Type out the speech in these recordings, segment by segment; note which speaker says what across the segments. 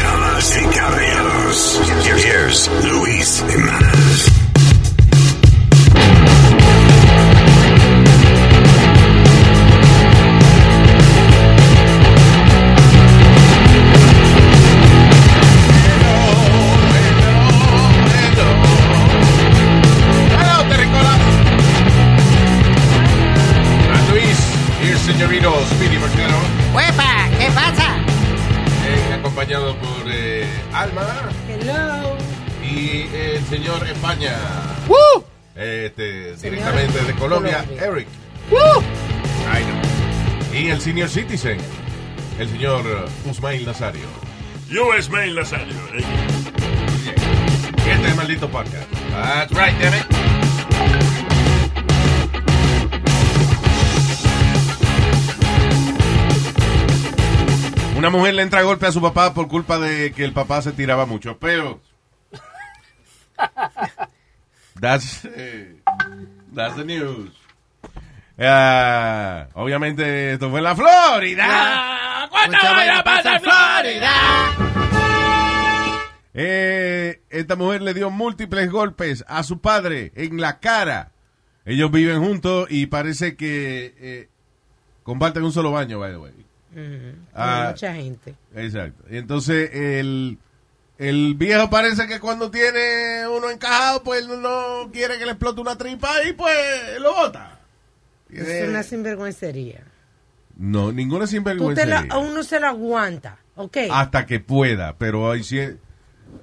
Speaker 1: Damas y caballeros, here's Luis Jimenez.
Speaker 2: Hello, Terricolas. And Luis, el señorito Speedy Mercado,
Speaker 3: ¡Huepa! ¿Qué pasa?
Speaker 2: eh, acompañado por eh, Alma
Speaker 3: Hello.
Speaker 2: y el señor España,
Speaker 3: ¡Woo!
Speaker 2: este, directamente de Colombia,
Speaker 3: Colombia.
Speaker 2: Eric.
Speaker 3: ¡Woo!
Speaker 2: I know. Y el senior citizen, el señor Usmail Nazario.
Speaker 4: Yo es Mail Nazario. eh.
Speaker 2: Y este es maldito podcast. That's right, damn it. Una mujer le entra a golpe a su papá por culpa de que el papá se tiraba mucho pero That's, eh, that's the news. Ah, obviamente esto fue en la Florida. ¿Cuánta
Speaker 3: Mucha
Speaker 2: vaina
Speaker 3: vaina
Speaker 2: pasa
Speaker 3: pasa
Speaker 2: en Florida? Eh, esta mujer le dio múltiples golpes a su padre en la cara. Ellos viven juntos y parece que eh, comparten un solo baño, by the way. Ah,
Speaker 3: Mucha gente.
Speaker 2: Exacto. Y Entonces, el, el viejo parece que cuando tiene uno encajado, pues no quiere que le explote una tripa y pues lo bota.
Speaker 3: Es una sinvergüencería.
Speaker 2: No, ninguna
Speaker 3: Tú te la,
Speaker 2: sinvergüenza.
Speaker 3: a uno se lo aguanta, ¿ok?
Speaker 5: Ah,
Speaker 2: Hasta que pueda, pero ahí sí.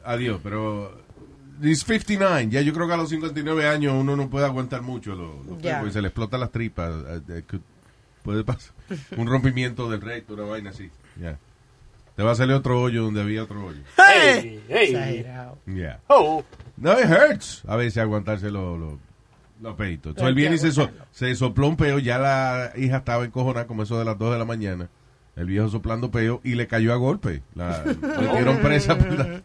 Speaker 2: Adiós, pero. It's 59, ya yo creo que a los 59 años uno no puede aguantar mucho, lo, lo
Speaker 3: Ya.
Speaker 2: que- pues se le explotan las tripas. eh, eh, que Puede pasar. Un rompimiento del recto, una vaina así. Ya. Te va a salir otro hoyo donde había otro hoyo.
Speaker 4: Hey, hey.
Speaker 3: Exagerado.
Speaker 2: Ya.
Speaker 4: Oh.
Speaker 2: No, it hurts a veces aguantarse los los los peitos. Entonces él viene y se, so- se sopló un peo, ya la hija estaba encojonada como eso de las 2 de la mañana. El viejo soplando peo y le cayó a golpe. La metieron presa por dar-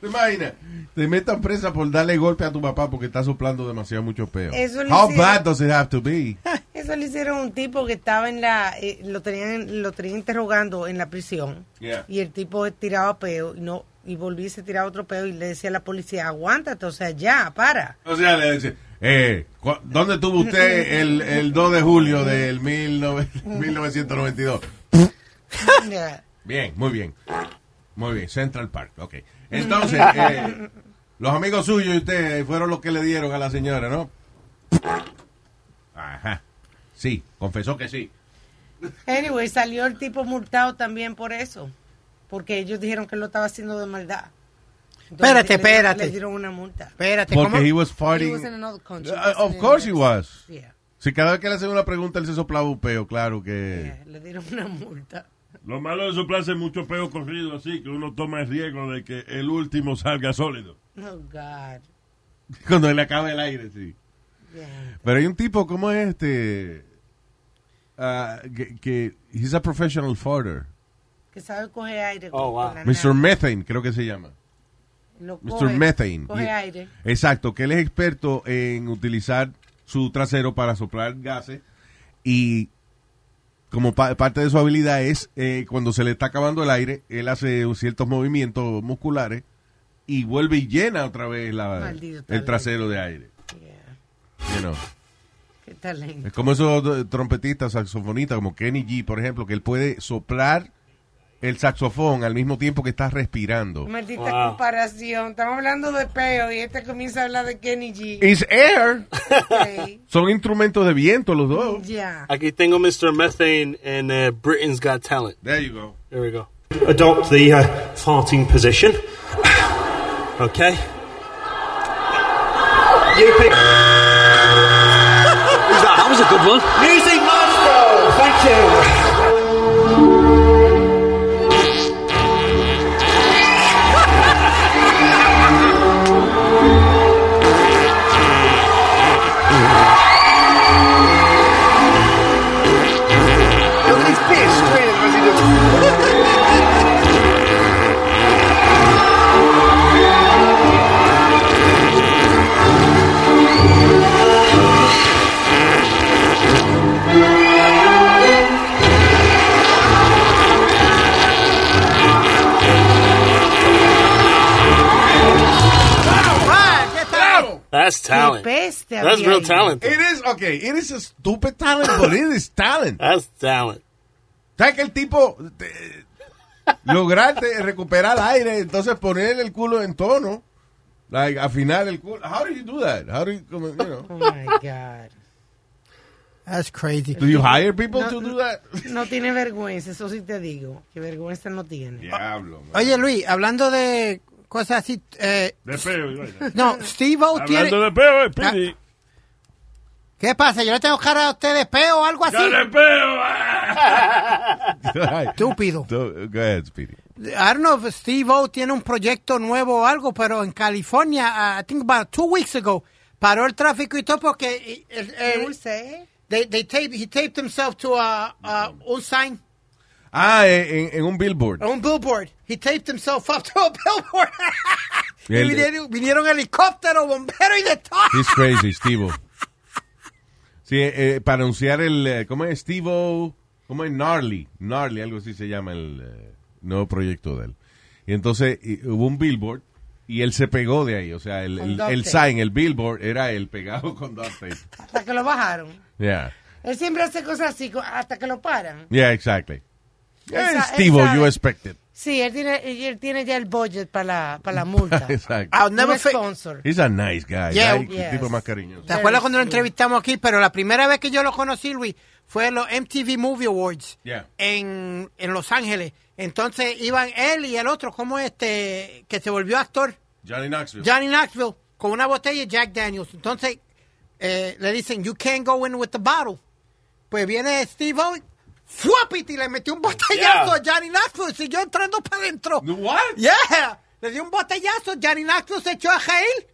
Speaker 2: ¿Te imaginas? Te metan presa por darle golpe a tu papá porque está soplando demasiado mucho peo.
Speaker 3: Eso le
Speaker 2: How
Speaker 3: hicieron-
Speaker 2: bad does it have to be?
Speaker 3: Eso le hicieron a un tipo que estaba en la. eh, lo, tenían, lo tenían interrogando en la prisión.
Speaker 2: Yeah.
Speaker 3: Y el tipo tiraba peo y no y volvía y se tiraba otro peo y le decía a la policía, aguántate, o sea, ya, para.
Speaker 2: O sea, le dice, eh, cu- ¿dónde estuvo usted el, el 2 de julio del 19 1992?
Speaker 3: Ya.
Speaker 2: Bien, muy bien. Muy bien, Central Park, ok. Entonces, eh, los amigos suyos y ustedes fueron los que le dieron a la señora, ¿no? Ajá. Sí, confesó que sí.
Speaker 3: Anyway, salió el tipo multado también por eso. Porque ellos dijeron que él lo estaba haciendo de maldad.
Speaker 5: Espérate,
Speaker 3: le- le-
Speaker 5: espérate.
Speaker 3: Le dieron una multa.
Speaker 5: Espérate, ¿cómo?
Speaker 2: Porque he was
Speaker 3: He
Speaker 2: farting.
Speaker 3: was in another country.
Speaker 2: Uh, of
Speaker 3: Wasn't in
Speaker 2: course he
Speaker 3: the-
Speaker 2: was.
Speaker 3: Yeah,
Speaker 2: Si cada vez que le hacen una pregunta él se soplaba un peo, claro que...
Speaker 3: yeah, le dieron una multa.
Speaker 4: Lo malo de soplarse es mucho peo corrido así, que uno toma el riesgo de que el último salga sólido.
Speaker 3: Oh, God.
Speaker 2: Cuando le acaba el aire, sí.
Speaker 3: Yeah.
Speaker 2: Pero hay un tipo como este... ah, que, que... He's a professional farter.
Speaker 3: Que sabe coger aire.
Speaker 6: Oh, wow.
Speaker 2: Mr. Methane, creo que se llama. Mr. Methane.
Speaker 3: Coge
Speaker 2: Yeah.
Speaker 3: aire.
Speaker 2: Exacto, que él es experto en utilizar su trasero para soplar gases y como pa- parte de su habilidad es eh, cuando se le está acabando el aire, él hace ciertos movimientos musculares y vuelve y llena otra vez la-
Speaker 3: Maldito
Speaker 2: el
Speaker 3: talento.
Speaker 2: trasero de aire.
Speaker 3: Yeah.
Speaker 2: You know.
Speaker 3: Qué
Speaker 2: Es
Speaker 3: talento.
Speaker 2: como esos eh, trompetistas, saxofonistas, como Kenny G, por ejemplo, que él puede soplar el saxofón al mismo tiempo que está respirando.
Speaker 3: Maldita
Speaker 6: Wow.
Speaker 3: comparación. Estamos hablando de peo y este comienza a hablar de Kenny G.
Speaker 2: It's air.
Speaker 3: Ok.
Speaker 2: Son instrumentos de viento los dos.
Speaker 3: Ya.
Speaker 6: Aquí tengo Mr. Methane and uh, Britain's Got Talent.
Speaker 2: There you go.
Speaker 6: There we go. Adopt the uh, farting position. okay. You pick. that? was a good one. Music Maestro! Thank you.
Speaker 3: Ah,
Speaker 7: That's talent.
Speaker 3: peste
Speaker 7: That's
Speaker 3: había
Speaker 7: real
Speaker 3: ahí.
Speaker 7: talent.
Speaker 2: It is, okay, it is a stupid talent, but it is talent.
Speaker 7: That's talent.
Speaker 2: ¿Sabes que el tipo te- lograste recuperar aire, entonces poner el culo en tono, like afinar el culo? How do you do that? How do you, como, you know?
Speaker 3: Oh my God.
Speaker 5: That's crazy.
Speaker 2: Do you hire people
Speaker 3: No,
Speaker 2: to do that?
Speaker 3: No tiene vergüenza, eso sí te digo. Que vergüenza no tiene.
Speaker 2: Diablo, man.
Speaker 5: Oye, Luis, hablando de cosas así. eh,
Speaker 4: De peo. y vaina.
Speaker 5: no, Steve O tiene.
Speaker 4: Hablando de peo, eh, Pidi.
Speaker 5: ¿Qué pasa? Yo le tengo cara a usted de peo o algo así.
Speaker 4: ¡Ya eh. de peo! ah.
Speaker 2: Ay.
Speaker 5: Estúpido.
Speaker 2: So, Go ahead, Speedy.
Speaker 5: I don't know if Steve O tiene un proyecto nuevo o algo, pero en California, uh, I think about two weeks ago, paró el tráfico y todo porque eh, eh,
Speaker 3: Dulce, ¿eh?
Speaker 5: they, they taped, he taped himself to a, a- un sign,
Speaker 2: Ah, en, en- en un billboard.
Speaker 4: Oh,
Speaker 5: a un billboard. He taped himself up to a billboard. Y
Speaker 2: El-
Speaker 5: vinieron, vinieron helicóptero, bombero y de todo.
Speaker 2: He's crazy, Steve. Sí, eh, eh, para anunciar el. eh, ¿Cómo es Steve? ¿Cómo es Gnarly? Gnarly, algo así se llama el eh, nuevo proyecto de él. Y entonces y- hubo un billboard y él se pegó de ahí. O sea, el, el,
Speaker 3: Con duct
Speaker 2: el
Speaker 3: tape.
Speaker 2: sign, el billboard, era él pegado con duct tape.
Speaker 3: Hasta que lo bajaron.
Speaker 2: Yeah,
Speaker 3: Él siempre hace cosas así co- hasta que lo paran.
Speaker 2: yeah, exactly.
Speaker 3: Él
Speaker 2: Yeah,
Speaker 3: sa- él
Speaker 2: Steve,
Speaker 3: sabe.
Speaker 2: you expected.
Speaker 3: Sí, él tiene, él tiene ya el budget para la, para la multa.
Speaker 2: Exactly.
Speaker 5: I'll never
Speaker 3: Un
Speaker 5: fa-
Speaker 3: sponsor.
Speaker 2: He's a nice guy.
Speaker 5: Yeah,
Speaker 2: right?
Speaker 3: yes.
Speaker 2: tipo más cariñoso.
Speaker 5: ¿Te acuerdas cuando lo entrevistamos aquí? Pero la primera vez que yo lo conocí, Luis, fue en los MTV Movie Awards
Speaker 2: Yeah.
Speaker 5: en, en Los Ángeles. Entonces iban él y el otro, como este, que se volvió actor,
Speaker 2: Johnny Knoxville.
Speaker 5: Johnny Knoxville, con una botella de Jack Daniels. Entonces eh, le dicen, you can't go in with the bottle. Pues viene Steve O, ¡fuapiti! Le metió un botellazo a Johnny Knoxville y siguió entrando para adentro.
Speaker 2: What?
Speaker 5: Yeah. Le dio un botellazo, Johnny Knoxville se echó a Jail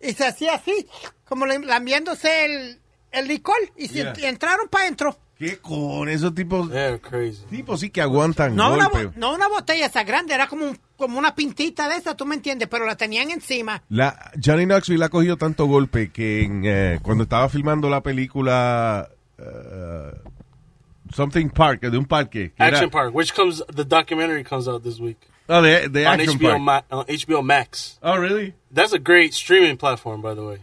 Speaker 5: y se hacía así, como le- lambiéndose el, el licor y se
Speaker 2: Yeah.
Speaker 5: y entraron para adentro.
Speaker 2: ¿Qué con esos tipos?
Speaker 7: They're crazy.
Speaker 2: Tipos sí que aguantan
Speaker 5: No una,
Speaker 2: golpes.
Speaker 5: bo- no una botella esa grande, era como, un- como una pintita de esa, tú me entiendes, pero la tenían encima.
Speaker 2: La, Johnny Knoxville ha cogido tanto golpe que en, eh, cuando estaba filmando la película eh, Something Park, de un parque. que era-
Speaker 7: Action Park, which comes the documentary comes out this week
Speaker 2: Oh, de, de
Speaker 7: on
Speaker 2: Action
Speaker 7: HBO
Speaker 2: Park.
Speaker 7: Ma- on HBO Max.
Speaker 2: Oh, really?
Speaker 7: That's a great streaming platform, by the way.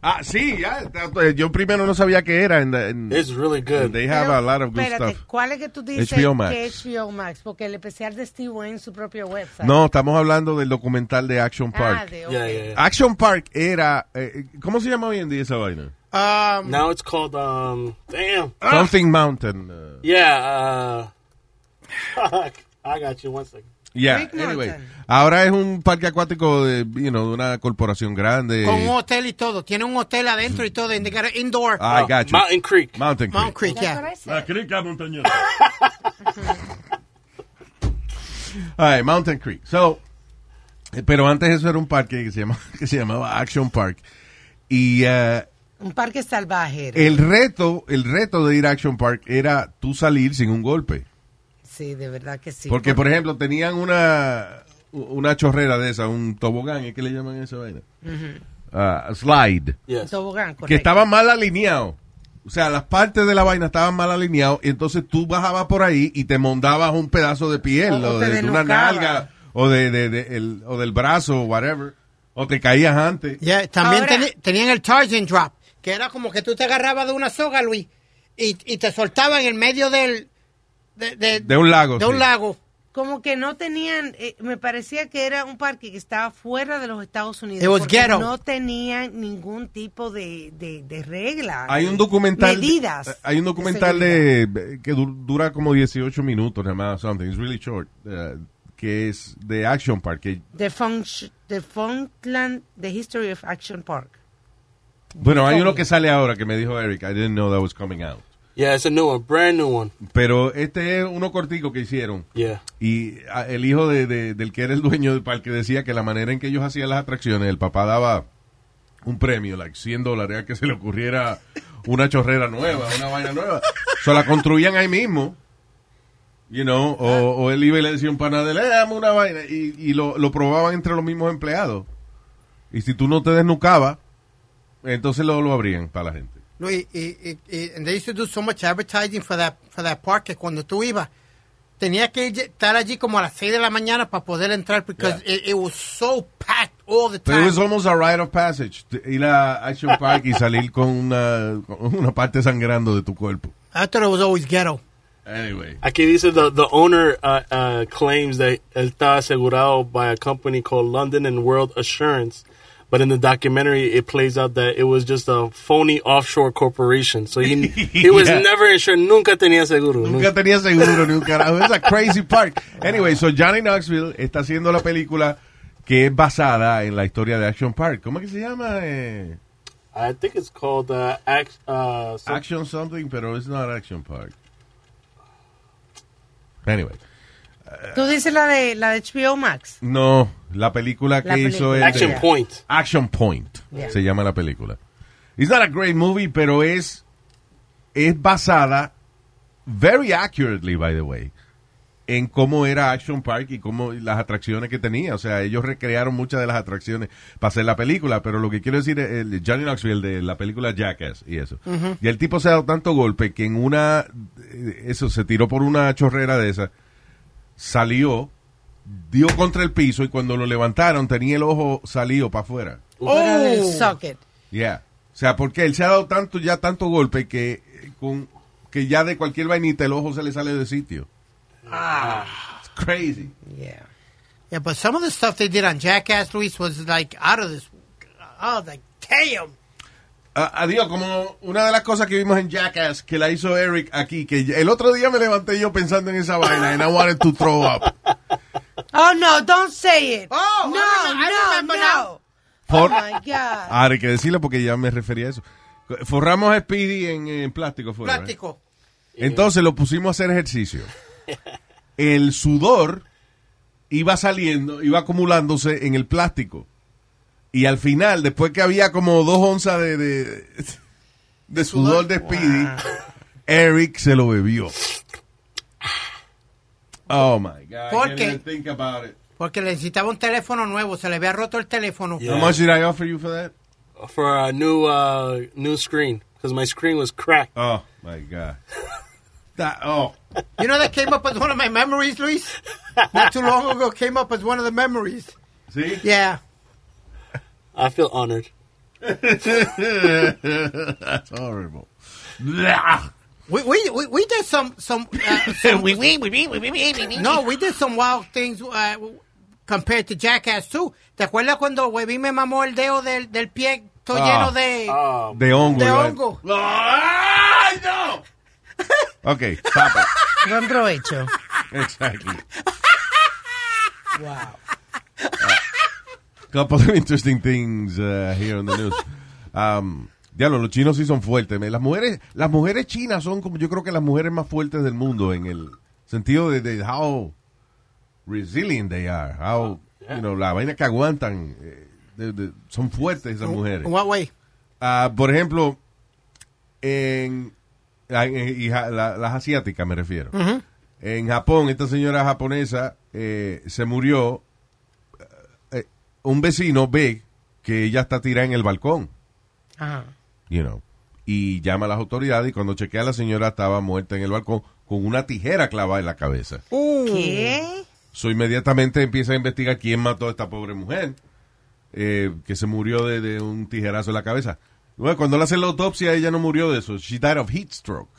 Speaker 2: Ah, sí, ya, eh, yo primero no sabía qué era. and, eh, and
Speaker 7: It's really good.
Speaker 2: they have a lot of good
Speaker 3: Espérate,
Speaker 2: stuff.
Speaker 3: ¿cuál es que tú dices
Speaker 2: HBO Max.
Speaker 3: que es HBO Max? Porque el especial de Steve Wayne en su propio website.
Speaker 2: No, estamos hablando del documental de Action
Speaker 3: Ah,
Speaker 2: Park.
Speaker 3: de, ok.
Speaker 7: yeah, yeah, yeah.
Speaker 2: Action Park era... eh, ¿Cómo se llama hoy en día esa vaina?
Speaker 5: Um,
Speaker 7: Now it's called um damn.
Speaker 2: Something Mountain. eh,
Speaker 7: Yeah, uh fuck. I got you one second.
Speaker 2: yeah,
Speaker 3: Rick
Speaker 2: anyway.
Speaker 3: Mountain.
Speaker 2: Ahora es un parque acuático de, you know, de una corporación grande.
Speaker 5: Con un hotel y todo, tiene un hotel adentro y todo, indicar indoor,
Speaker 2: I got you.
Speaker 7: Mountain Creek.
Speaker 2: Mountain Creek.
Speaker 5: Mount Creek,
Speaker 3: That's
Speaker 5: yeah.
Speaker 3: what I said.
Speaker 4: La crica montañosa.
Speaker 2: All right, Mountain Creek. So, eh, pero antes eso era un parque que se llamaba, que se llamaba Action Park. Y eh,
Speaker 3: Un parque salvaje. era.
Speaker 2: el reto, el reto de ir a Action Park era tú salir sin un golpe.
Speaker 3: Sí, de verdad que sí.
Speaker 2: Porque, por ejemplo, tenían una, una chorrera de esa, un tobogán, ¿es que le llaman esa vaina? Ah, slide.
Speaker 7: Yes.
Speaker 3: Tobogán,
Speaker 2: que
Speaker 3: correcto.
Speaker 2: estaba mal alineado. O sea, las partes de la vaina estaban mal alineadas, y entonces tú bajabas por ahí y te mondabas un pedazo de piel,
Speaker 3: O
Speaker 2: o,
Speaker 3: te
Speaker 2: de, de una
Speaker 3: desnucabas.
Speaker 2: nalga, o, de, de- de- el- o del brazo, o whatever, o te caías antes.
Speaker 5: Ya, también
Speaker 3: Ahora-
Speaker 5: teni- tenían el Tarzan Drop, que era como que tú te agarrabas de una soga, Luis, y, y te soltaba en el medio del... De, de-
Speaker 2: De un lago,
Speaker 5: De un
Speaker 2: sí.
Speaker 5: lago.
Speaker 3: Como que no tenían, eh, me parecía que era un parque que estaba fuera de los Estados Unidos.
Speaker 5: It was
Speaker 3: porque
Speaker 5: ghetto.
Speaker 3: No tenían ningún tipo de, de, de regla.
Speaker 2: Hay un documental. eh,
Speaker 3: Medidas.
Speaker 2: Hay un documental de, que du- dura como 18 minutos, nada más, something. It's really short. eh, que es de Action Park. que-
Speaker 3: The, function, the Funkland, The History of Action Park.
Speaker 2: bueno, hay uno que sale ahora que me dijo Eric. I didn't know that was coming out.
Speaker 7: Yeah, it's a new one, brand new one.
Speaker 2: Pero este es uno cortico que hicieron.
Speaker 7: Yeah.
Speaker 2: Y a- el hijo de, de- del que era el dueño del parque decía que la manera en que ellos hacían las atracciones, el papá daba un premio, like 100 dólares, a que se le ocurriera una chorrera nueva, una vaina nueva. Se la construían ahí mismo. You know, o, o él iba y le decía a un pana de él, "Eh, dame una vaina. Y, y lo, lo probaban entre los mismos empleados. Y si tú no te desnucabas, entonces lo, lo abrían para la gente.
Speaker 5: Luis, y, y, y- and they used to do so much advertising for that, for that park que cuando tú ibas, tenía que ll- estar allí como a las 6 de la mañana para poder entrar because it, it was so packed all the
Speaker 2: Pero
Speaker 5: time.
Speaker 2: es almost a rite of passage. t- Ir a Action Park y salir con una, con una parte sangrando de tu cuerpo.
Speaker 5: I thought it was always ghetto.
Speaker 2: Anyway.
Speaker 7: Aquí dice the, the owner uh, uh, claims that él está asegurado by a company called London and World Assurance, but in the documentary it plays out that it was just a phony offshore corporation. So he he was
Speaker 2: Yeah.
Speaker 7: never insured. Nunca tenía seguro.
Speaker 2: Nunca
Speaker 7: Nunca.
Speaker 2: tenía seguro ni un carajo. Es a crazy park. Anyway, so Johnny Knoxville está haciendo la película que es basada en la historia de Action Park. ¿Cómo es que se llama? Eh,
Speaker 7: I think it's called uh, act, uh, some-
Speaker 2: action something, pero it's not Action Park. Anyway.
Speaker 3: Tú dices la de, la de HBO Max.
Speaker 2: No, la película que
Speaker 3: La
Speaker 2: hizo
Speaker 3: película.
Speaker 2: es de-
Speaker 7: Action
Speaker 3: Yeah.
Speaker 7: Point.
Speaker 2: Action Point
Speaker 3: Yeah.
Speaker 2: se llama la película. It's not a great movie, pero es es basada very accurately, by the way, en cómo era Action Park y cómo y las atracciones que tenía. O sea, ellos recrearon muchas de las atracciones para hacer la película, pero lo que quiero decir es el Johnny Knoxville de la película Jackass y eso. Y el tipo se ha dado tanto golpe que en una eh, eso se tiró por una chorrera de esa, salió dio contra el piso y cuando lo levantaron tenía el ojo salido para afuera.
Speaker 3: Fuera del socket.
Speaker 2: Yeah. O sea, porque él se ha dado tanto, ya tanto golpe que, eh, con, que ya de cualquier vainita el ojo se le sale de sitio. Ah, it's crazy.
Speaker 3: Yeah.
Speaker 5: Yeah, but some of the stuff they did on Jackass Luis was like out of this. I was like, damn.
Speaker 2: A- Adiós, como una de las cosas que vimos en Jackass que la hizo Eric aquí, que el otro día me levanté yo pensando en esa vaina and I wanted to throw up.
Speaker 3: Oh, no, don't say it.
Speaker 5: Oh,
Speaker 3: no,
Speaker 5: I remember- I remember
Speaker 3: no,
Speaker 5: now.
Speaker 3: no.
Speaker 2: Por-
Speaker 3: Oh, my
Speaker 2: Ahora
Speaker 3: God.
Speaker 2: ah, hay que decirlo porque ya me refería a eso. Forramos a Speedy en, en plástico ¿eh? fue, ¿verdad?
Speaker 5: Plástico.
Speaker 2: Entonces lo pusimos a hacer ejercicio. El sudor iba saliendo, iba acumulándose en el plástico. Y al final, después que había como dos onzas de, de, de sudor de Speedy, Eric se lo bebió. Oh my God. I
Speaker 5: ¿Por
Speaker 2: can't
Speaker 5: qué?
Speaker 2: even think about it.
Speaker 5: Porque necesitaba un teléfono nuevo, se le había roto el teléfono.
Speaker 2: How much did I offer you for that?
Speaker 7: for a new uh, new screen because my screen was cracked.
Speaker 2: Oh my God. That, oh.
Speaker 5: You know that came up as one of my memories, Luis? Not too long ago came up as one of the memories.
Speaker 2: ¿Sí?
Speaker 5: Yeah.
Speaker 7: I feel honored.
Speaker 2: That's horrible.
Speaker 5: We we we, we did some some, uh, some No, we did some wild things uh, compared to Jackass too. ¿Te acuerdas cuando Webby me mamó el dedo del, del pie todo
Speaker 2: Ah.
Speaker 5: lleno de,
Speaker 2: De hongo.
Speaker 5: de
Speaker 2: Iván.
Speaker 5: hongo?
Speaker 2: ¡Ay, no! Ok, stop it.
Speaker 3: Buen provecho.
Speaker 2: Exactly. Wow. couple of interesting things uh, here on the news. Um, diablo, los chinos sí son fuertes. men. Las mujeres, las mujeres chinas son como yo creo que las mujeres más fuertes del mundo en el sentido de, de how resilient they are, how you know, la vaina que aguantan. eh, de- de- son fuertes esas mujeres.
Speaker 5: In what way?
Speaker 2: Ah, por ejemplo, en, en- en- y ja- la- las asiáticas me refiero. En Japón, esta señora japonesa eh, se murió. eh, un vecino ve que ella está tirada en el balcón,
Speaker 3: Ajá.
Speaker 2: you know, y llama a las autoridades y cuando chequea la señora estaba muerta en el balcón con una tijera clavada en la cabeza.
Speaker 3: ¿Qué?
Speaker 2: So, inmediatamente empieza a investigar quién mató a esta pobre mujer eh, que se murió de, de un tijerazo en la cabeza. Bueno, cuando le hacen la autopsia, ella no murió de eso. She died of heat stroke.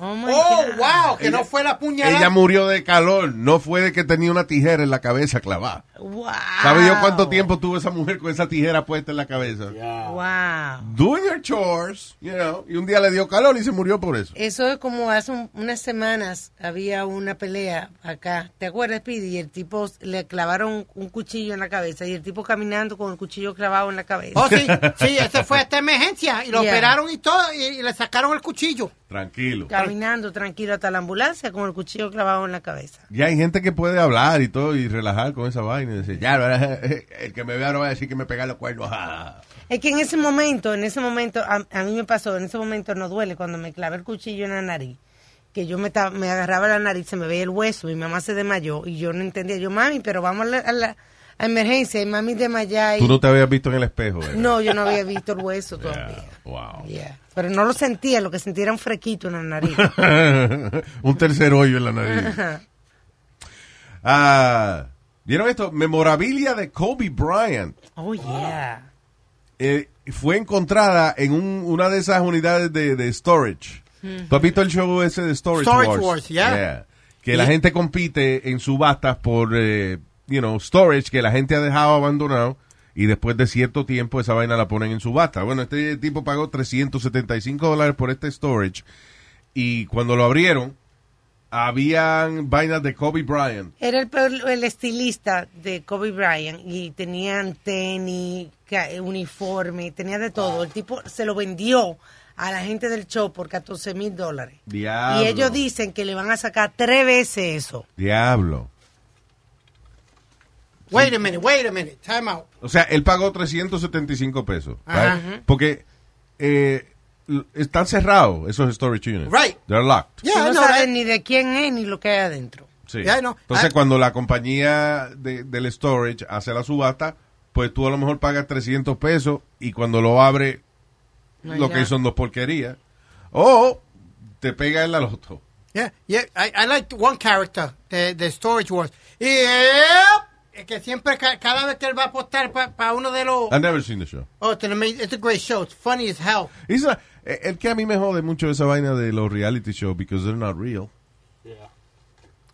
Speaker 3: Oh, my
Speaker 5: Oh,
Speaker 3: God.
Speaker 5: wow, que no fue la puñalada.
Speaker 2: Ella murió de calor, no fue de que tenía una tijera en la cabeza clavada.
Speaker 3: Wow.
Speaker 2: ¿Sabe yo cuánto tiempo tuvo esa mujer con esa tijera puesta en la cabeza?
Speaker 7: Yeah.
Speaker 3: Wow.
Speaker 2: Doing her chores, you know, y un día le dio calor y se murió por eso.
Speaker 3: Eso es como hace un- unas semanas había una pelea acá. ¿Te acuerdas, Pidi? Y el tipo le clavaron un cuchillo en la cabeza y el tipo caminando con el cuchillo clavado en la cabeza.
Speaker 5: Oh, sí, sí, ese fue esta emergencia. Y lo
Speaker 3: Yeah.
Speaker 5: operaron y todo, y, y le sacaron el cuchillo.
Speaker 2: Tranquilo.
Speaker 3: Caminando tranquilo hasta la ambulancia con el cuchillo clavado en la cabeza.
Speaker 2: Ya hay gente que puede hablar y todo y relajar con esa vaina. Y decir, ya, el que me vea no va a decir que me pega los cuernos. Ah.
Speaker 3: Es que en ese momento, en ese momento, a, a mí me pasó, en ese momento no duele cuando me clavé el cuchillo en la nariz. Que yo me, ta- me agarraba la nariz, se me veía el hueso, mi mamá se desmayó y yo no entendía. Yo, mami, pero vamos a la, a la- a emergencia y mami desmayada. y-
Speaker 2: Tú no te habías visto en el espejo, ¿verdad?
Speaker 3: No, yo no había visto el hueso todavía.
Speaker 2: Yeah, Wow.
Speaker 3: Yeah. Pero no lo sentía, lo que sentía era un frequito en la nariz.
Speaker 2: un tercer hoyo en la nariz. Ah, ¿Vieron esto? Memorabilia de Kobe Bryant.
Speaker 3: Oh, yeah.
Speaker 2: eh, fue encontrada en un- una de esas unidades de, de storage. ¿Tú has visto el show ese de Storage,
Speaker 5: Storage
Speaker 2: Wars?
Speaker 5: Wars, yeah.
Speaker 2: Que la gente compite en subastas por, eh, you know, storage que la gente ha dejado abandonado y después de cierto tiempo esa vaina la ponen en subasta. Bueno, este tipo pagó 375 dólares por este storage y cuando lo abrieron habían vainas de Kobe Bryant.
Speaker 3: Era el, peor- el estilista de Kobe Bryant y tenían tenis, ca- uniforme, tenía de todo. El tipo se lo vendió a la gente del show por 14 mil dólares.
Speaker 2: Diablo.
Speaker 3: Y ellos dicen que le van a sacar tres veces eso.
Speaker 2: Diablo.
Speaker 5: Wait a minute, wait a minute. Time out.
Speaker 2: O sea, él pagó 375 pesos.
Speaker 5: Ajá.
Speaker 2: right? Porque eh, l- están cerrados esos storage units.
Speaker 5: Right.
Speaker 2: They're locked.
Speaker 5: Yeah,
Speaker 3: no
Speaker 5: I know
Speaker 3: saben
Speaker 5: that.
Speaker 3: ni de quién es ni lo que hay adentro.
Speaker 2: Sí.
Speaker 5: Yeah, I know.
Speaker 2: Entonces,
Speaker 5: I-
Speaker 2: cuando la compañía de- del storage hace la subasta, pues tú a lo mejor pagas 300 pesos y cuando lo abre,
Speaker 3: No hay
Speaker 2: lo que
Speaker 3: nada.
Speaker 2: son dos porquerías. O te pega el aloto.
Speaker 5: Yeah, yeah, I, I liked one character de, de Storage Wars. Y yep, que siempre, ca- cada vez que él va a apostar para uno de los...
Speaker 2: I've never seen the show.
Speaker 5: Oh, it's, an amazing, it's a great show. It's funny as hell.
Speaker 2: It's a- eh, el que a mí me jode mucho esa vaina de los reality shows because they're not real.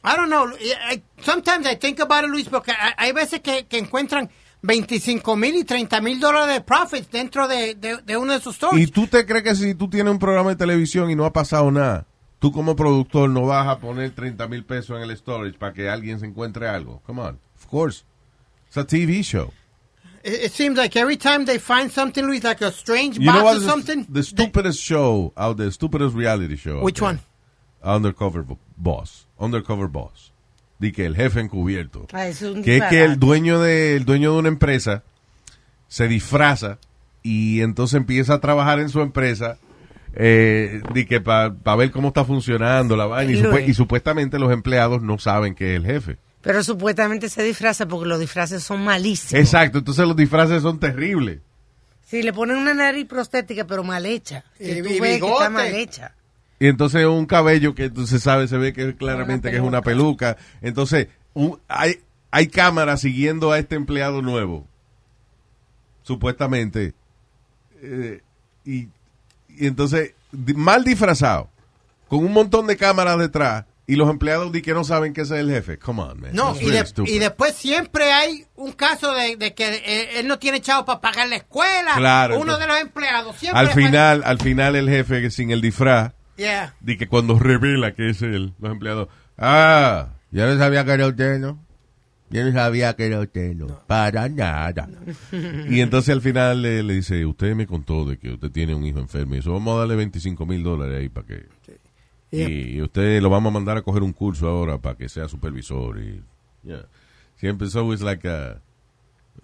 Speaker 5: I don't know. I, I- sometimes I think about it, Luis, porque hay hay veces que, que encuentran 25 mil y 30 mil dólares de profits dentro de, de, de uno de sus
Speaker 2: ¿Y
Speaker 5: stores.
Speaker 2: tú te crees que si tú tienes un programa de televisión y no ha pasado nada, tú como productor no vas a poner 30 mil pesos en el storage para que alguien se encuentre algo? Come on, of course. It's a TV show.
Speaker 5: It, it seems like every time they find something, Luis, like a strange
Speaker 2: You
Speaker 5: box
Speaker 2: know what?
Speaker 5: or
Speaker 2: The-
Speaker 5: something.
Speaker 2: The stupidest show out there, stupidest reality show. out
Speaker 5: Which
Speaker 2: there.
Speaker 5: one?
Speaker 2: Undercover Bo- Boss. Undercover Boss. Di que el jefe encubierto.
Speaker 3: Ah, eso es un
Speaker 2: que es que
Speaker 3: disparate.
Speaker 2: el dueño de el dueño de una empresa se disfraza y entonces empieza a trabajar en su empresa eh, di que para ver cómo está funcionando la vaina y,
Speaker 3: Luis.
Speaker 2: supue- y supuestamente los empleados no saben que es el jefe.
Speaker 3: Pero supuestamente se disfraza porque los disfraces son malísimos.
Speaker 2: Exacto, entonces los disfraces son terribles.
Speaker 3: Sí, le ponen una nariz prostética, pero mal hecha. Que
Speaker 5: Y-
Speaker 3: tú ves
Speaker 5: y
Speaker 3: que está
Speaker 5: bigote.
Speaker 3: mal hecha.
Speaker 2: Y entonces un cabello que entonces sabe, se ve que es claramente que es una peluca. Entonces un- hay, hay cámaras siguiendo a este empleado nuevo, supuestamente. Eh, y, y entonces, di- mal disfrazado, con un montón de cámaras detrás, y los empleados di que no saben que ese es el jefe. Come on, man.
Speaker 5: No,
Speaker 2: That's
Speaker 5: y,
Speaker 2: really
Speaker 5: de-
Speaker 2: stupid.
Speaker 5: y después siempre hay un caso de, de que eh, él no tiene chavo para pagar la escuela.
Speaker 2: Claro,
Speaker 5: Uno
Speaker 2: entonces-
Speaker 5: de los empleados siempre.
Speaker 2: al final, al final el jefe que sin el disfraz,
Speaker 5: Yeah.
Speaker 2: di que cuando revela que es él, los empleados, ah, yo no sabía que era usted, ¿no? Yo no sabía que era usted, ¿no? Para nada. Y entonces al final le, le dice, usted me contó de que usted tiene un hijo enfermo y eso, vamos a darle 25 mil dólares ahí para que... Y, y usted lo vamos a mandar a coger un curso ahora para que sea supervisor y... yeah. Siempre es always like a,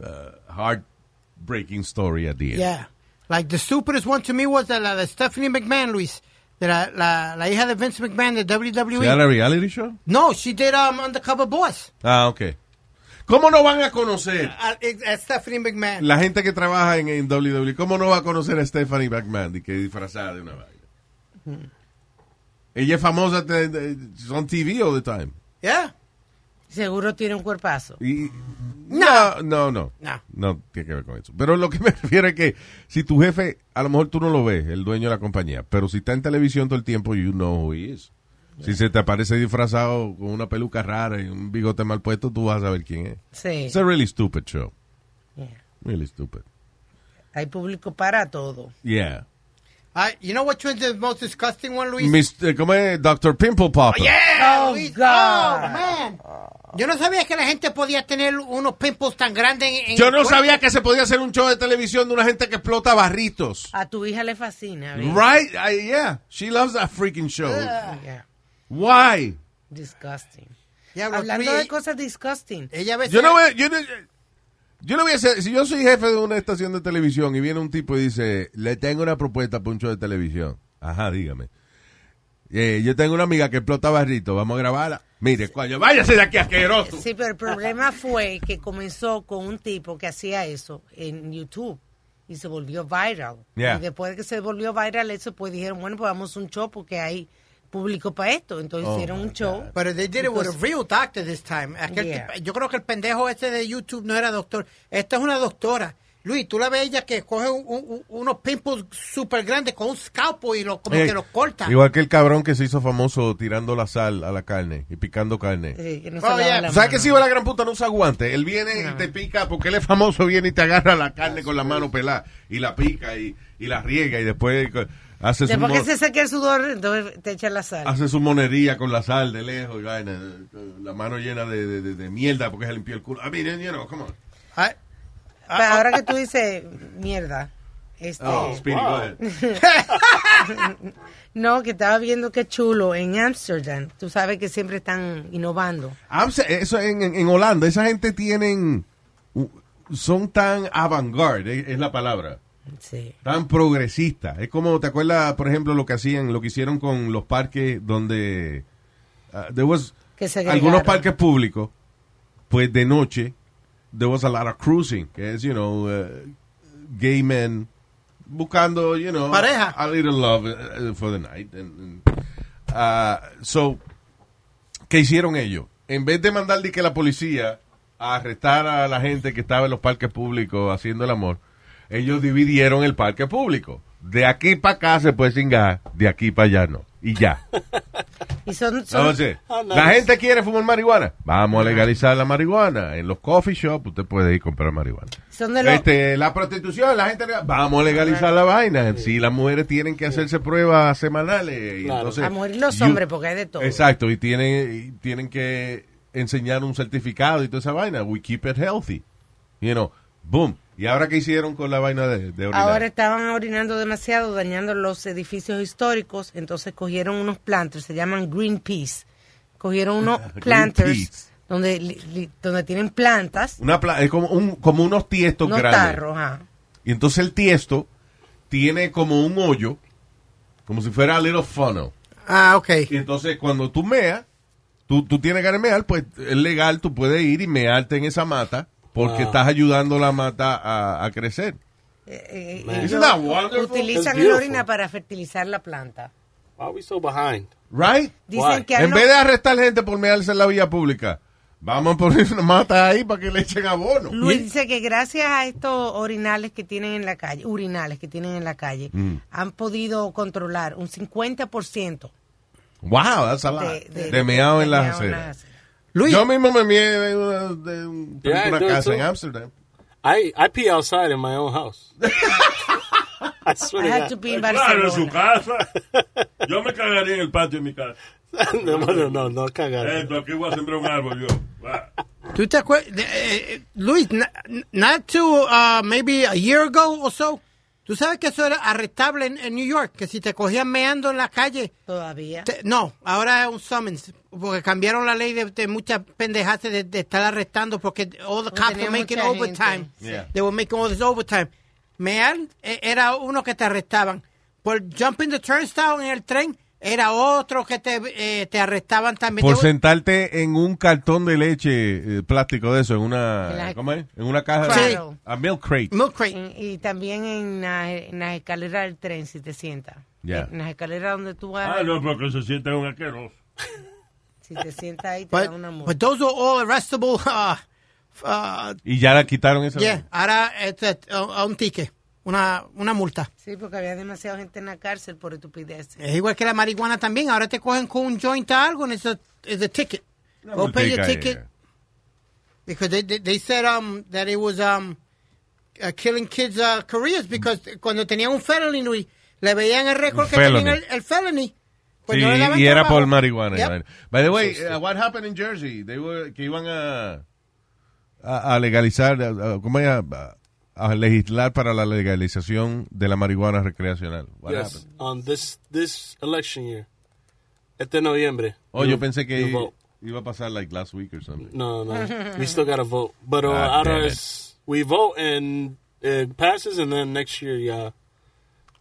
Speaker 2: a heartbreaking story at the end.
Speaker 5: Yeah. Like the stupidest one to me was the, la de Stephanie McMahon, Luis. De la, la, la hija de Vince McMahon de WWE.
Speaker 2: ¿Era reality show?
Speaker 5: E. No, she did um, Undercover Boss.
Speaker 2: Ah, ok. ¿Cómo no van a conocer?
Speaker 5: Uh, it- uh, Stephanie McMahon.
Speaker 2: la gente que trabaja en, en WWE, ¿cómo no va a conocer a Stephanie McMahon y que es disfrazada de una vaina? Ella es famosa de- de- on TV all the time.
Speaker 5: yeah.
Speaker 3: Seguro tiene un cuerpazo.
Speaker 2: Y, no, no, no, no.
Speaker 5: No.
Speaker 2: tiene que ver con eso. Pero lo que me refiero es que si tu jefe, a lo mejor tú no lo ves, el dueño de la compañía, pero si está en televisión todo el tiempo, you know who he is. Si se te aparece disfrazado con una peluca rara y un bigote mal puesto, tú vas a saber quién es.
Speaker 3: Sí.
Speaker 2: It's a really stupid show.
Speaker 3: Yeah.
Speaker 2: Really stupid.
Speaker 3: Hay público para todo.
Speaker 2: Yeah.
Speaker 5: I, you know which one's the most disgusting one, Luis?
Speaker 2: Mr. ¿Cómo es? Dr. Pimple Popper.
Speaker 5: Yeah,
Speaker 3: Oh,
Speaker 5: Luis.
Speaker 3: God.
Speaker 5: Oh, man. Yo no sabía que la gente podía tener unos pimples tan grandes. En, en
Speaker 2: Yo
Speaker 5: el
Speaker 2: no
Speaker 5: cuerpo.
Speaker 2: sabía que se podía hacer un show de televisión de una gente que explota barritos.
Speaker 3: A tu hija le fascina. ¿ves?
Speaker 2: Right? I- yeah. She loves that freaking show.
Speaker 3: Yeah.
Speaker 2: Why?
Speaker 3: Disgusting.
Speaker 5: Diablo,
Speaker 3: Hablando
Speaker 5: Luis, Eh.
Speaker 3: de cosas disgusting.
Speaker 5: Ella a veces-
Speaker 2: Yo no voy, yo no, yo no voy a ser, si yo soy jefe de una estación de televisión y viene un tipo y dice, le tengo una propuesta para un show de televisión. Ajá, dígame. Eh, yo tengo una amiga que explota barritos, vamos a grabarla. Mire, coño, váyase de aquí asqueroso.
Speaker 3: Sí, pero el problema fue que comenzó con un tipo que hacía eso en YouTube y se volvió viral.
Speaker 2: Yeah.
Speaker 3: Y después de que se volvió viral eso, pues dijeron, bueno, pues vamos a un show porque hay público para esto. Entonces
Speaker 2: Oh,
Speaker 3: hicieron
Speaker 2: my
Speaker 3: un show.
Speaker 5: Pero they did it with a real doctor this time. Aquel
Speaker 3: Yeah.
Speaker 5: que- yo creo que el pendejo ese de YouTube no era doctor. Esta es una doctora. Luis, tú la ves ella que coge un- un- unos pimples súper grandes con un scalpo y lo, como
Speaker 2: Eh,
Speaker 5: que los corta.
Speaker 2: Igual que el cabrón que se hizo famoso tirando la sal a la carne y picando carne.
Speaker 3: eh, que no
Speaker 5: Oh,
Speaker 3: se lava
Speaker 5: yeah.
Speaker 3: la
Speaker 2: ¿Sabes que
Speaker 3: mano.
Speaker 2: si va la gran puta no usa guantes? Él viene y te pica porque él es famoso, viene y te agarra la carne con la mano pelada y la pica y, y la riega y después hace su,
Speaker 3: Después
Speaker 2: mo- Ah,
Speaker 3: que se seque el sudor, entonces te echan la sal.
Speaker 2: hace su monería con la sal de lejos y vaina, la mano llena de, de- de- de mierda porque se limpió el culo. Ah, miren, you know, come on.
Speaker 5: Ah,
Speaker 3: Pero ahora que tú dices mierda, este,
Speaker 2: Oh, Speedy,
Speaker 7: wow.
Speaker 2: go ahead.
Speaker 3: no, que estaba viendo qué chulo en Amsterdam. Tú sabes que siempre están innovando.
Speaker 2: Amse- eso en, en- en Holanda, esa gente tienen, son tan avant-garde, es- es la palabra.
Speaker 3: Sí.
Speaker 2: tan progresista. Es como, ¿te acuerdas, por ejemplo, lo que hacían, lo que hicieron con los parques donde ah, there was
Speaker 3: Que segregaron.
Speaker 2: algunos parques públicos, pues de noche there was a lot of cruising, que es, you know, eh, gay men buscando, you know,
Speaker 5: Pareja.
Speaker 2: a little love eh, eh, for the night. And- and, ah, so, ¿qué hicieron ellos? En vez de mandar de que la policía a arrestar a la gente que estaba en los parques públicos haciendo el amor, ellos dividieron el parque público. De aquí para acá se puede cingar, de aquí para allá no. Y ya.
Speaker 3: Y son, son-
Speaker 2: Entonces,
Speaker 7: Ah, nice.
Speaker 2: la gente quiere fumar marihuana. Vamos a legalizar la marihuana. En los coffee shops usted puede ir a comprar marihuana.
Speaker 3: son de los...
Speaker 2: Este, la prostitución, la gente. Vamos a legalizar la vaina. Si las mujeres tienen que hacerse pruebas semanales. y
Speaker 7: Claro.
Speaker 2: entonces,
Speaker 3: A morir los
Speaker 2: you-
Speaker 3: hombres, porque hay de todo.
Speaker 2: Exacto, y tienen, y tienen que enseñar un certificado y toda esa vaina. We keep it healthy. You know, boom. ¿Y ahora qué hicieron con la vaina de, de orinar?
Speaker 3: Ahora estaban orinando demasiado, dañando los edificios históricos, entonces cogieron unos planters, se llaman Greenpeace. Cogieron unos planters
Speaker 2: Greenpeace.
Speaker 3: donde, li- li- donde tienen plantas,
Speaker 2: Una pla- es como, un, como unos tiestos
Speaker 3: no
Speaker 2: grandes.
Speaker 3: tarros, ajá.
Speaker 2: Y entonces el tiesto tiene como un hoyo, como si fuera a little funnel.
Speaker 5: ah, ok.
Speaker 2: Y entonces cuando tú meas, tú, tú tienes que mear, pues es legal, tú puedes ir y mearte en esa mata porque
Speaker 7: Wow.
Speaker 2: estás ayudando la mata a, a crecer.
Speaker 3: Eh, eh,
Speaker 7: Man.
Speaker 3: ellos
Speaker 2: Isn't that wonderful?
Speaker 7: That's
Speaker 3: utilizan la
Speaker 7: beautiful.
Speaker 3: orina para fertilizar la planta.
Speaker 7: Why are we so behind?
Speaker 2: Right?
Speaker 3: Dicen
Speaker 7: Why?
Speaker 3: que han
Speaker 2: en vez de arrestar gente por mearse en la vía pública, vamos a poner una mata ahí para que le echen abono.
Speaker 3: Luis dice que gracias a estos orinales que tienen en la calle, urinales que tienen en la calle,
Speaker 2: Mm.
Speaker 3: han podido controlar un 50%
Speaker 2: Wow, that's a lot.
Speaker 3: de,
Speaker 2: De, meado en
Speaker 3: de
Speaker 2: las
Speaker 3: meado en
Speaker 2: aceras.
Speaker 3: aceras.
Speaker 5: Luis,
Speaker 2: Yo mismo me meé en una, de un-
Speaker 7: Yeah, I
Speaker 2: una
Speaker 7: do it
Speaker 2: casa
Speaker 7: too.
Speaker 2: en Amsterdam.
Speaker 7: I, I pee outside in my own house. I swear
Speaker 3: I had
Speaker 7: to
Speaker 3: to
Speaker 7: God.
Speaker 3: be in
Speaker 4: Claro, en su
Speaker 3: Barcelona.
Speaker 4: casa. Yo me cagaría en el patio de mi casa.
Speaker 7: no, no, no, no,
Speaker 4: Eh,
Speaker 7: cagar.
Speaker 4: aquí voy a sembrar un árbol yo. Va.
Speaker 5: ¿tú te acuerdas? eh, Luis, na- not to uh, maybe a year ago or so. Tú sabes que eso era arrestable en, en New York, que si te cogían meando en la calle,
Speaker 3: Todavía.
Speaker 5: Te- no, ahora es un summons, porque cambiaron la ley de, de muchas pendejadas de, de estar arrestando, porque all the
Speaker 3: Porque
Speaker 5: cops
Speaker 3: tenía
Speaker 5: were making
Speaker 3: mucha
Speaker 5: overtime.
Speaker 3: gente,
Speaker 2: sí. Yeah.
Speaker 5: They were making all this overtime. Mear eh, era uno que te arrestaban. Por jumping the turnstile en el tren, era otro que te, eh, te arrestaban también.
Speaker 2: Por
Speaker 5: They were-
Speaker 2: sentarte en un cartón de leche eh, plástico de eso, en una,
Speaker 3: En la-
Speaker 2: ¿cómo es? En una caja
Speaker 3: Claro.
Speaker 2: de a milk crate.
Speaker 5: Milk crate.
Speaker 3: Y- Y también en la- en las escaleras del tren, si te sientas.
Speaker 2: Yeah.
Speaker 3: En las escaleras donde tú vas,
Speaker 4: Ah, no, porque se siente un aqueroso.
Speaker 3: si te sientas ahí,
Speaker 2: Pues,
Speaker 3: te
Speaker 5: But,
Speaker 3: da una
Speaker 5: but
Speaker 3: muerte.
Speaker 5: those were all arrestable. uh, uh,
Speaker 2: Y ya la quitaron esa.
Speaker 5: yeah, ahora este, uh, un ticket, una, una multa.
Speaker 3: Sí, porque había demasiada gente en la cárcel por estupidez.
Speaker 5: Es igual que la marihuana también. Ahora te cogen con un joint o algo and it's a, it's a ticket. Go pay your
Speaker 2: multica,
Speaker 5: ticket.
Speaker 2: yeah.
Speaker 5: Because they, they, they said um, that it was um, uh, killing kids' uh, careers because cuando tenían un felony, Luis, le veían el récord
Speaker 2: Un
Speaker 5: que tenían
Speaker 2: felony.
Speaker 5: el, el felony. pues
Speaker 2: Sí,
Speaker 5: no le daban
Speaker 2: y era
Speaker 5: trabajo.
Speaker 2: por marihuana.
Speaker 5: Yep.
Speaker 2: y vaina. By the way, uh, what happened in Jersey? They were, que iban a, a, a legalizar, a- a- ¿cómo es? A, a legislar para la legalización de la marihuana recreacional. What
Speaker 7: Yes,
Speaker 2: happened?
Speaker 7: on this this election year, este noviembre.
Speaker 2: Oh,
Speaker 7: You-
Speaker 2: yo pensé que
Speaker 7: you vote.
Speaker 2: iba a pasar like last week or something.
Speaker 7: No, no, we still gotta vote. But uh,
Speaker 2: God Ah, damn
Speaker 7: ours, we vote and it passes, and then next year, yeah.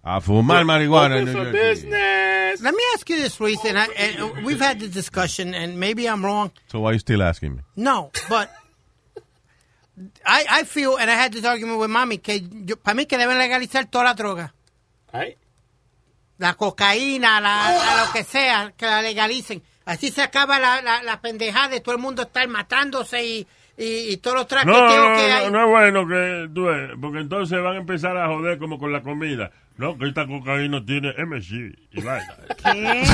Speaker 2: A fumar marihuana en New
Speaker 7: Open for
Speaker 2: Jersey.
Speaker 7: business.
Speaker 5: Let me ask you this, Luis, and, I, and uh, we've had the discussion, and maybe I'm wrong.
Speaker 2: So why are you still asking me?
Speaker 5: No, but I, I feel, and I had this argument with mommy, que para mí que deben legalizar toda la droga.
Speaker 7: Right?
Speaker 5: La cocaína, la, la- lo que sea, que la legalicen. Así se acaba la, la, la pendejada de todo el mundo estar matándose y, y, y todos los
Speaker 4: No,
Speaker 5: traqueteos
Speaker 4: no,
Speaker 5: que hay.
Speaker 4: no, no es bueno que tú ves, porque entonces van a empezar a joder como con la comida. No, que esta cocaína tiene MSG y vaina.
Speaker 3: ¿Qué?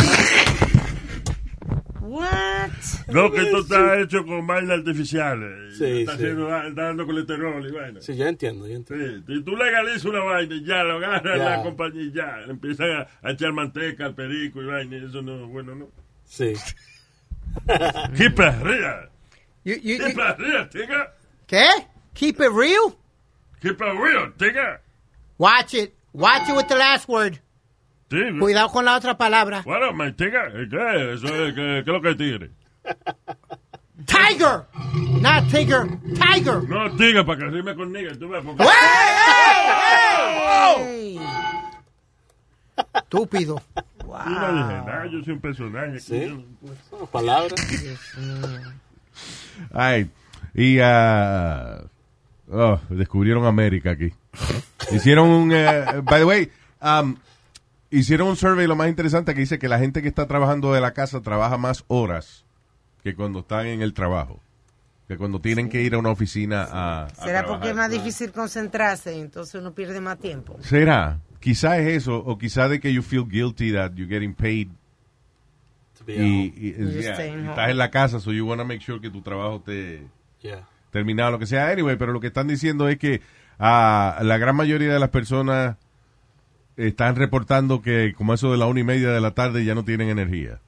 Speaker 3: What?
Speaker 4: No, que esto está hecho con vainas artificiales. y
Speaker 7: Sí,
Speaker 4: está,
Speaker 7: sí.
Speaker 4: haciendo- ah, está dando colesterol y vaina.
Speaker 7: Sí, yo entiendo, yo entiendo.
Speaker 4: Sí, si tú legalizas una vaina y ya lo agarra
Speaker 7: Ya.
Speaker 4: la compañía y ya le empiezan a, a echar manteca al perico y vaina, y eso no es bueno, ¿no?
Speaker 7: Sí.
Speaker 4: ¡Qué perrea!
Speaker 5: You- you-
Speaker 4: ¡Qué
Speaker 5: you-
Speaker 4: perrea, tiga!
Speaker 5: ¿Qué? Keep it real?
Speaker 4: ¡Qué perrea, tiga!
Speaker 5: Watch it. Watch it with the last word.
Speaker 4: ¡Tiga!
Speaker 5: Cuidado con la otra palabra.
Speaker 4: Bueno, me tiga, ¿qué? Eso es, ¿qué, qué es lo que es tigre?
Speaker 5: Tiger! Not Tiger, Tiger!
Speaker 4: No, tiga, para que rime con nigga, tú ves, porque...
Speaker 7: ¡Ah!
Speaker 5: Ey. Estúpido.
Speaker 4: Yo no dije nada, yo soy un personaje. aquí,
Speaker 7: Sí.
Speaker 4: yo-
Speaker 7: Son palabras.
Speaker 2: Ay, y ah, oh, descubrieron América aquí. Hicieron un, eh, by the way, um, hicieron un survey lo más interesante que dice que la gente que está trabajando de la casa trabaja más horas que cuando están en el trabajo, que cuando tienen que ir a una oficina a, a
Speaker 3: ¿Será porque
Speaker 2: trabajar.
Speaker 3: es más difícil concentrarse? Entonces uno pierde más tiempo.
Speaker 2: Será, quizá es eso o quizá de que you feel guilty that you're getting paid
Speaker 7: To be
Speaker 2: y,
Speaker 7: out.
Speaker 2: y-
Speaker 3: You're
Speaker 2: yeah,
Speaker 3: staying
Speaker 2: y
Speaker 3: home.
Speaker 2: estás en la casa, so you want to make sure que tu trabajo te
Speaker 7: Yeah.
Speaker 2: terminado, lo que sea. Anyway, pero lo que están diciendo es que ah, la gran mayoría de las personas están reportando que como eso de la una y media de la tarde ya no tienen energía.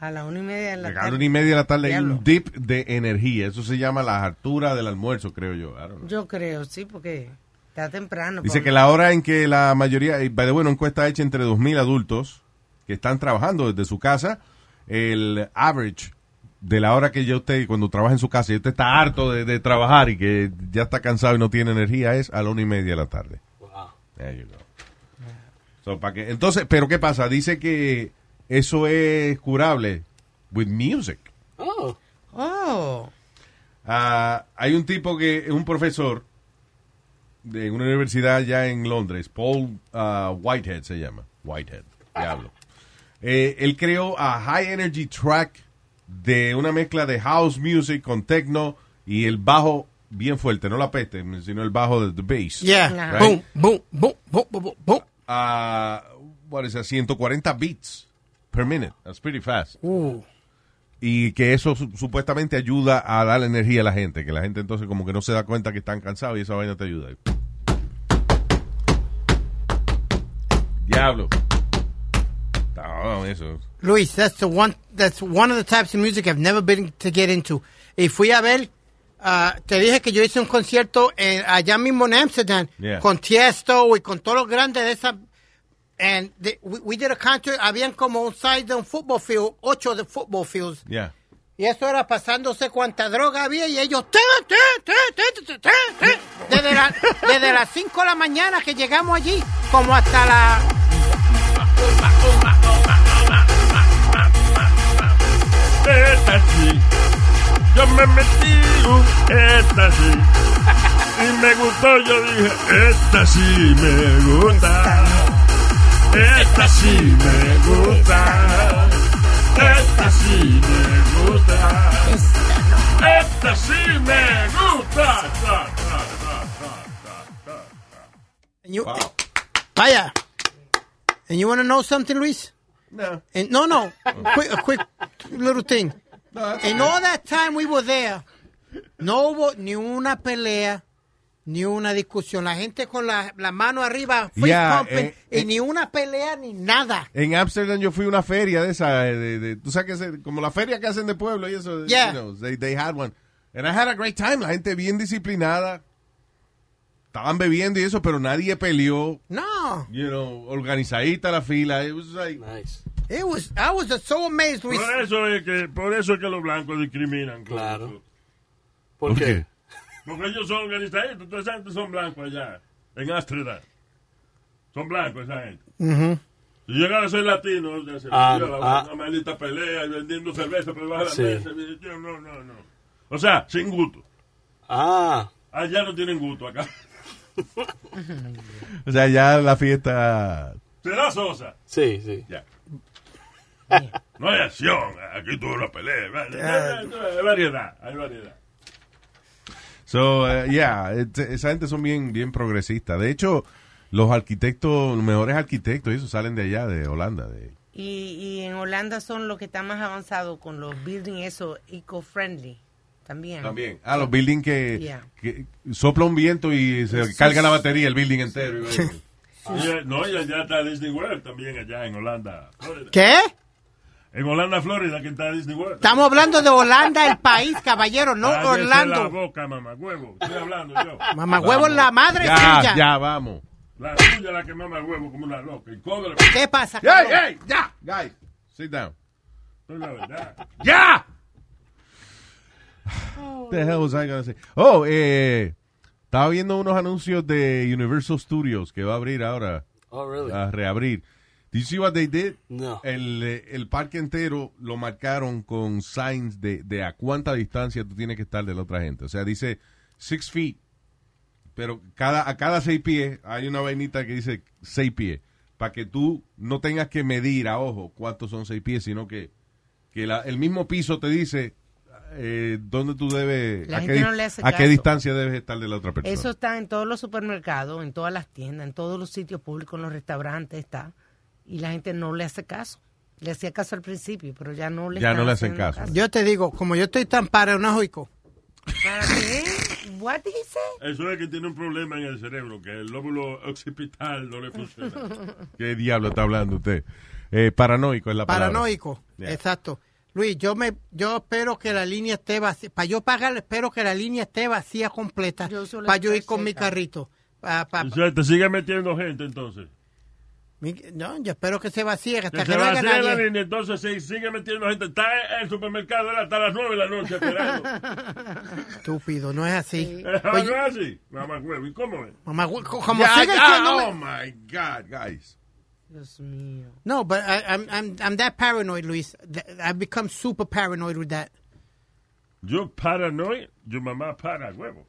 Speaker 3: A la una y media de
Speaker 2: A
Speaker 3: la
Speaker 2: la
Speaker 3: tarde.
Speaker 2: una y media de la tarde hay
Speaker 3: Diablo.
Speaker 2: un dip de energía. Eso se llama la hartura del almuerzo, creo yo. I don't know.
Speaker 3: Yo creo, sí, porque está temprano.
Speaker 2: Dice
Speaker 3: Pablo.
Speaker 2: que la hora en que la mayoría, eh, by the way, una encuesta hecha entre 2.000 adultos que están trabajando desde su casa, el average de la hora que ya usted, cuando trabaja en su casa y usted está harto de, de trabajar y que ya está cansado y no tiene energía, es a la una y media de la tarde.
Speaker 7: Wow.
Speaker 2: There you go. So, pa' que- entonces, pero ¿qué pasa? Dice que eso es curable with music.
Speaker 7: Oh.
Speaker 3: Oh,
Speaker 2: Ah, hay un tipo que es un profesor de una universidad allá en Londres, Paul ah, Whitehead se llama. Whitehead, diablo. Eh, él creó a High Energy Track de una mezcla de house music con techno y el bajo bien fuerte, no la peste, sino el bajo de the bass.
Speaker 5: Yeah.
Speaker 2: Right.
Speaker 5: Boom, boom, boom, boom, boom, boom, boom.
Speaker 2: a Ah, what is that, 140 beats per minute. That's pretty fast. Y que eso su- supuestamente ayuda a darle energía a la gente, que la gente entonces como que no se da cuenta que están cansados y esa vaina te ayuda. Diablo. No, eso.
Speaker 5: Luis, that's the one. That's one of the types of music I've never been to get into. Y fui a ver. ah, te dije que yo hice un concierto en- allá mismo en Amsterdam
Speaker 2: Yeah.
Speaker 5: con Tiesto y con todos los grandes de esa. And the- we, we did a concert. Habían como un size de un football field, ocho de football fields.
Speaker 2: Yeah.
Speaker 5: Y eso era pasándose cuánta droga había y ellos... "Té, té, té, té, té, té, té". Desde, la- desde las 5 de la mañana que llegamos allí, como hasta la...
Speaker 4: Esta sí. Yo me metí un esta sí. Y me gustó, yo dije, esta sí me gusta. Esta sí me gusta. Esta sí me gusta. Esta sí me gusta. Ta, ta, ta, ta, ta, ta.
Speaker 5: And you- Vaya. And you want to know something, Luis?
Speaker 2: No.
Speaker 5: And- no, no. quick, a quick little thing.
Speaker 2: that's-
Speaker 5: In all that time we were there, no hubo ni una pelea, ni una discusión. La gente con la, la mano arriba, fist
Speaker 2: Yeah,
Speaker 5: pumping,
Speaker 2: eh,
Speaker 5: y
Speaker 2: eh.
Speaker 5: ni una pelea ni nada.
Speaker 2: En Amsterdam yo fui a una feria de esa, eh, de, de- tú sabes que se- como la feria que hacen de pueblo y eso, you
Speaker 5: Yeah.
Speaker 2: know, they, they had one. And I had a great time, la gente bien disciplinada, estaban bebiendo y eso, pero nadie peleó,
Speaker 5: No.
Speaker 2: you know, organizadita la fila, it was like,
Speaker 7: Nice.
Speaker 5: It was, I was just so amazed. Luis.
Speaker 4: Por eso es que, por eso es que los blancos discriminan.
Speaker 7: Claro. ¿Por qué?
Speaker 4: Porque ellos son organizadistas, toda esa gente son blancos allá, en Ámsterdam. Son blancos esa gente. Si llegara a ser latino, ya se
Speaker 7: Ah,
Speaker 4: metió a la-
Speaker 7: ah.
Speaker 4: una maldita pelea y vendiendo cerveza por debajo de la
Speaker 7: Sí.
Speaker 4: mesa. Yo, no, no, no. O sea, sin gusto.
Speaker 7: Ah,
Speaker 4: Allá no tienen gusto, acá.
Speaker 2: O sea, ya la fiesta.
Speaker 4: Será sosa.
Speaker 7: sí, sí.
Speaker 4: Ya. No hay acción. Aquí tuvo la pelea. Hay variedad. Hay variedad.
Speaker 2: So, eh, yeah, et- esa gente son bien, bien progresistas. De hecho, los arquitectos, los mejores arquitectos, eso salen de allá, de Holanda. De,
Speaker 3: Y, y en Holanda son los que están más avanzados con los building eso eco-friendly también.
Speaker 2: También. Ah, los buildings que,
Speaker 3: Yeah.
Speaker 2: que sopla un viento y se carga la batería, el building entero.
Speaker 4: Y, eh, no, y allá está Disney World también, allá en Holanda, Florida.
Speaker 5: ¿Qué?
Speaker 4: En Holanda, Florida, que está Disney World.
Speaker 5: Estamos hablando de Holanda, el país, caballero, no
Speaker 4: Cállese la
Speaker 5: Orlando.
Speaker 4: boca, mamá, huevo. Estoy hablando yo.
Speaker 5: Mamá huevo la madre
Speaker 2: ya,
Speaker 5: suya.
Speaker 2: ya, vamos.
Speaker 4: La suya la que mama el huevo como una loca. Y cóbrele.
Speaker 5: ¿Qué pasa?
Speaker 2: Hey,
Speaker 5: cabrón?
Speaker 2: hey, ya, guys, sit down.
Speaker 4: Esto es la verdad.
Speaker 2: ¡Ya! The hell was I gonna say? Oh, eh, estaba viendo unos anuncios de Universal Studios que va a abrir ahora,
Speaker 7: Oh, really?
Speaker 2: a reabrir. Did you see what they did?
Speaker 7: No.
Speaker 2: El, eh, el parque entero lo marcaron con signs de, de a cuánta distancia tú tienes que estar de la otra gente. O sea, dice six feet, pero cada, a cada seis pies hay una vainita que dice seis pies, para que tú no tengas que medir a ojo cuántos son seis pies, sino que, que la- el mismo piso te dice eh, dónde tú debes,
Speaker 3: La
Speaker 2: a
Speaker 3: gente
Speaker 2: qué, di-
Speaker 3: no le hace
Speaker 2: a qué
Speaker 3: caso.
Speaker 2: distancia debes estar de la otra persona.
Speaker 3: Eso está en todos los supermercados, en todas las tiendas, en todos los sitios públicos, en los restaurantes está. Y la gente no le hace caso. Le hacía caso al principio, pero ya no le
Speaker 2: Ya
Speaker 3: están
Speaker 2: no le hacen
Speaker 3: haciendo
Speaker 2: caso.
Speaker 5: Yo te digo, como yo estoy tan paranoico,
Speaker 3: ¿Para qué? What did he say?
Speaker 4: Eso es que tiene un problema en el cerebro, que el lóbulo occipital no le funciona.
Speaker 2: ¿Qué diablo está hablando usted? Eh, paranoico es la palabra.
Speaker 5: paranoico,
Speaker 2: Yeah.
Speaker 5: exacto. Luis, yo me, yo espero que la línea esté vacía. Para yo pagar, espero que la línea esté vacía completa.
Speaker 3: Yo suelo
Speaker 5: Para yo ir
Speaker 3: estar
Speaker 5: con mi
Speaker 3: cerca.
Speaker 5: carrito. Pa- pa-
Speaker 4: O sea, te sigue metiendo gente entonces.
Speaker 5: mi- no, yo espero que se vacíe
Speaker 4: Que
Speaker 5: hasta que
Speaker 4: se
Speaker 5: no
Speaker 4: va a
Speaker 5: haya
Speaker 4: hacer la
Speaker 5: nadie.
Speaker 4: línea, entonces sí, sigue metiendo gente. Está en el supermercado hasta las 9 de la noche esperando.
Speaker 5: Estúpido, no es así.
Speaker 4: ¿No
Speaker 5: Oye,
Speaker 4: es así? Mamá, huevo, ¿y cómo es?
Speaker 5: mamá, güey, co- como
Speaker 2: Ya,
Speaker 5: sigue
Speaker 2: ya,
Speaker 5: siendo-
Speaker 2: oh my God, guys.
Speaker 3: Dios mío.
Speaker 5: No, but I, I'm, I'm, I'm that paranoid, Luis. Th- I've become super paranoid with that.
Speaker 4: Yo paranoia, yo mamá para huevo.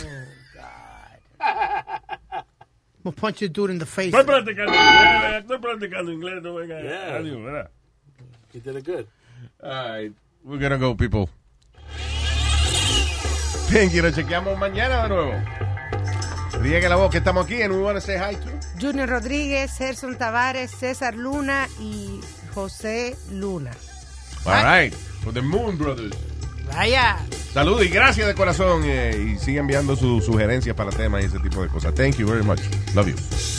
Speaker 5: I'm gonna punch a dude in the face.
Speaker 4: Estoy practicando inglés, estoy practicando inglés, no venga
Speaker 7: Yeah.
Speaker 4: a radio, ¿verdad?
Speaker 7: You did it good.
Speaker 2: All right, we're gonna go, people. Thank you. Nos chequeamos mañana de nuevo. Riegue la voz que estamos aquí en We Wanna Say Hi To.
Speaker 3: Junior Rodríguez, Gerson Tavares, César Luna y José Luna.
Speaker 2: All right, for the Moon Brothers.
Speaker 5: Vaya.
Speaker 2: Saludos y gracias de corazón. eh, y sigue enviando sus sugerencias para temas y ese tipo de cosas. Thank you very much. Love you.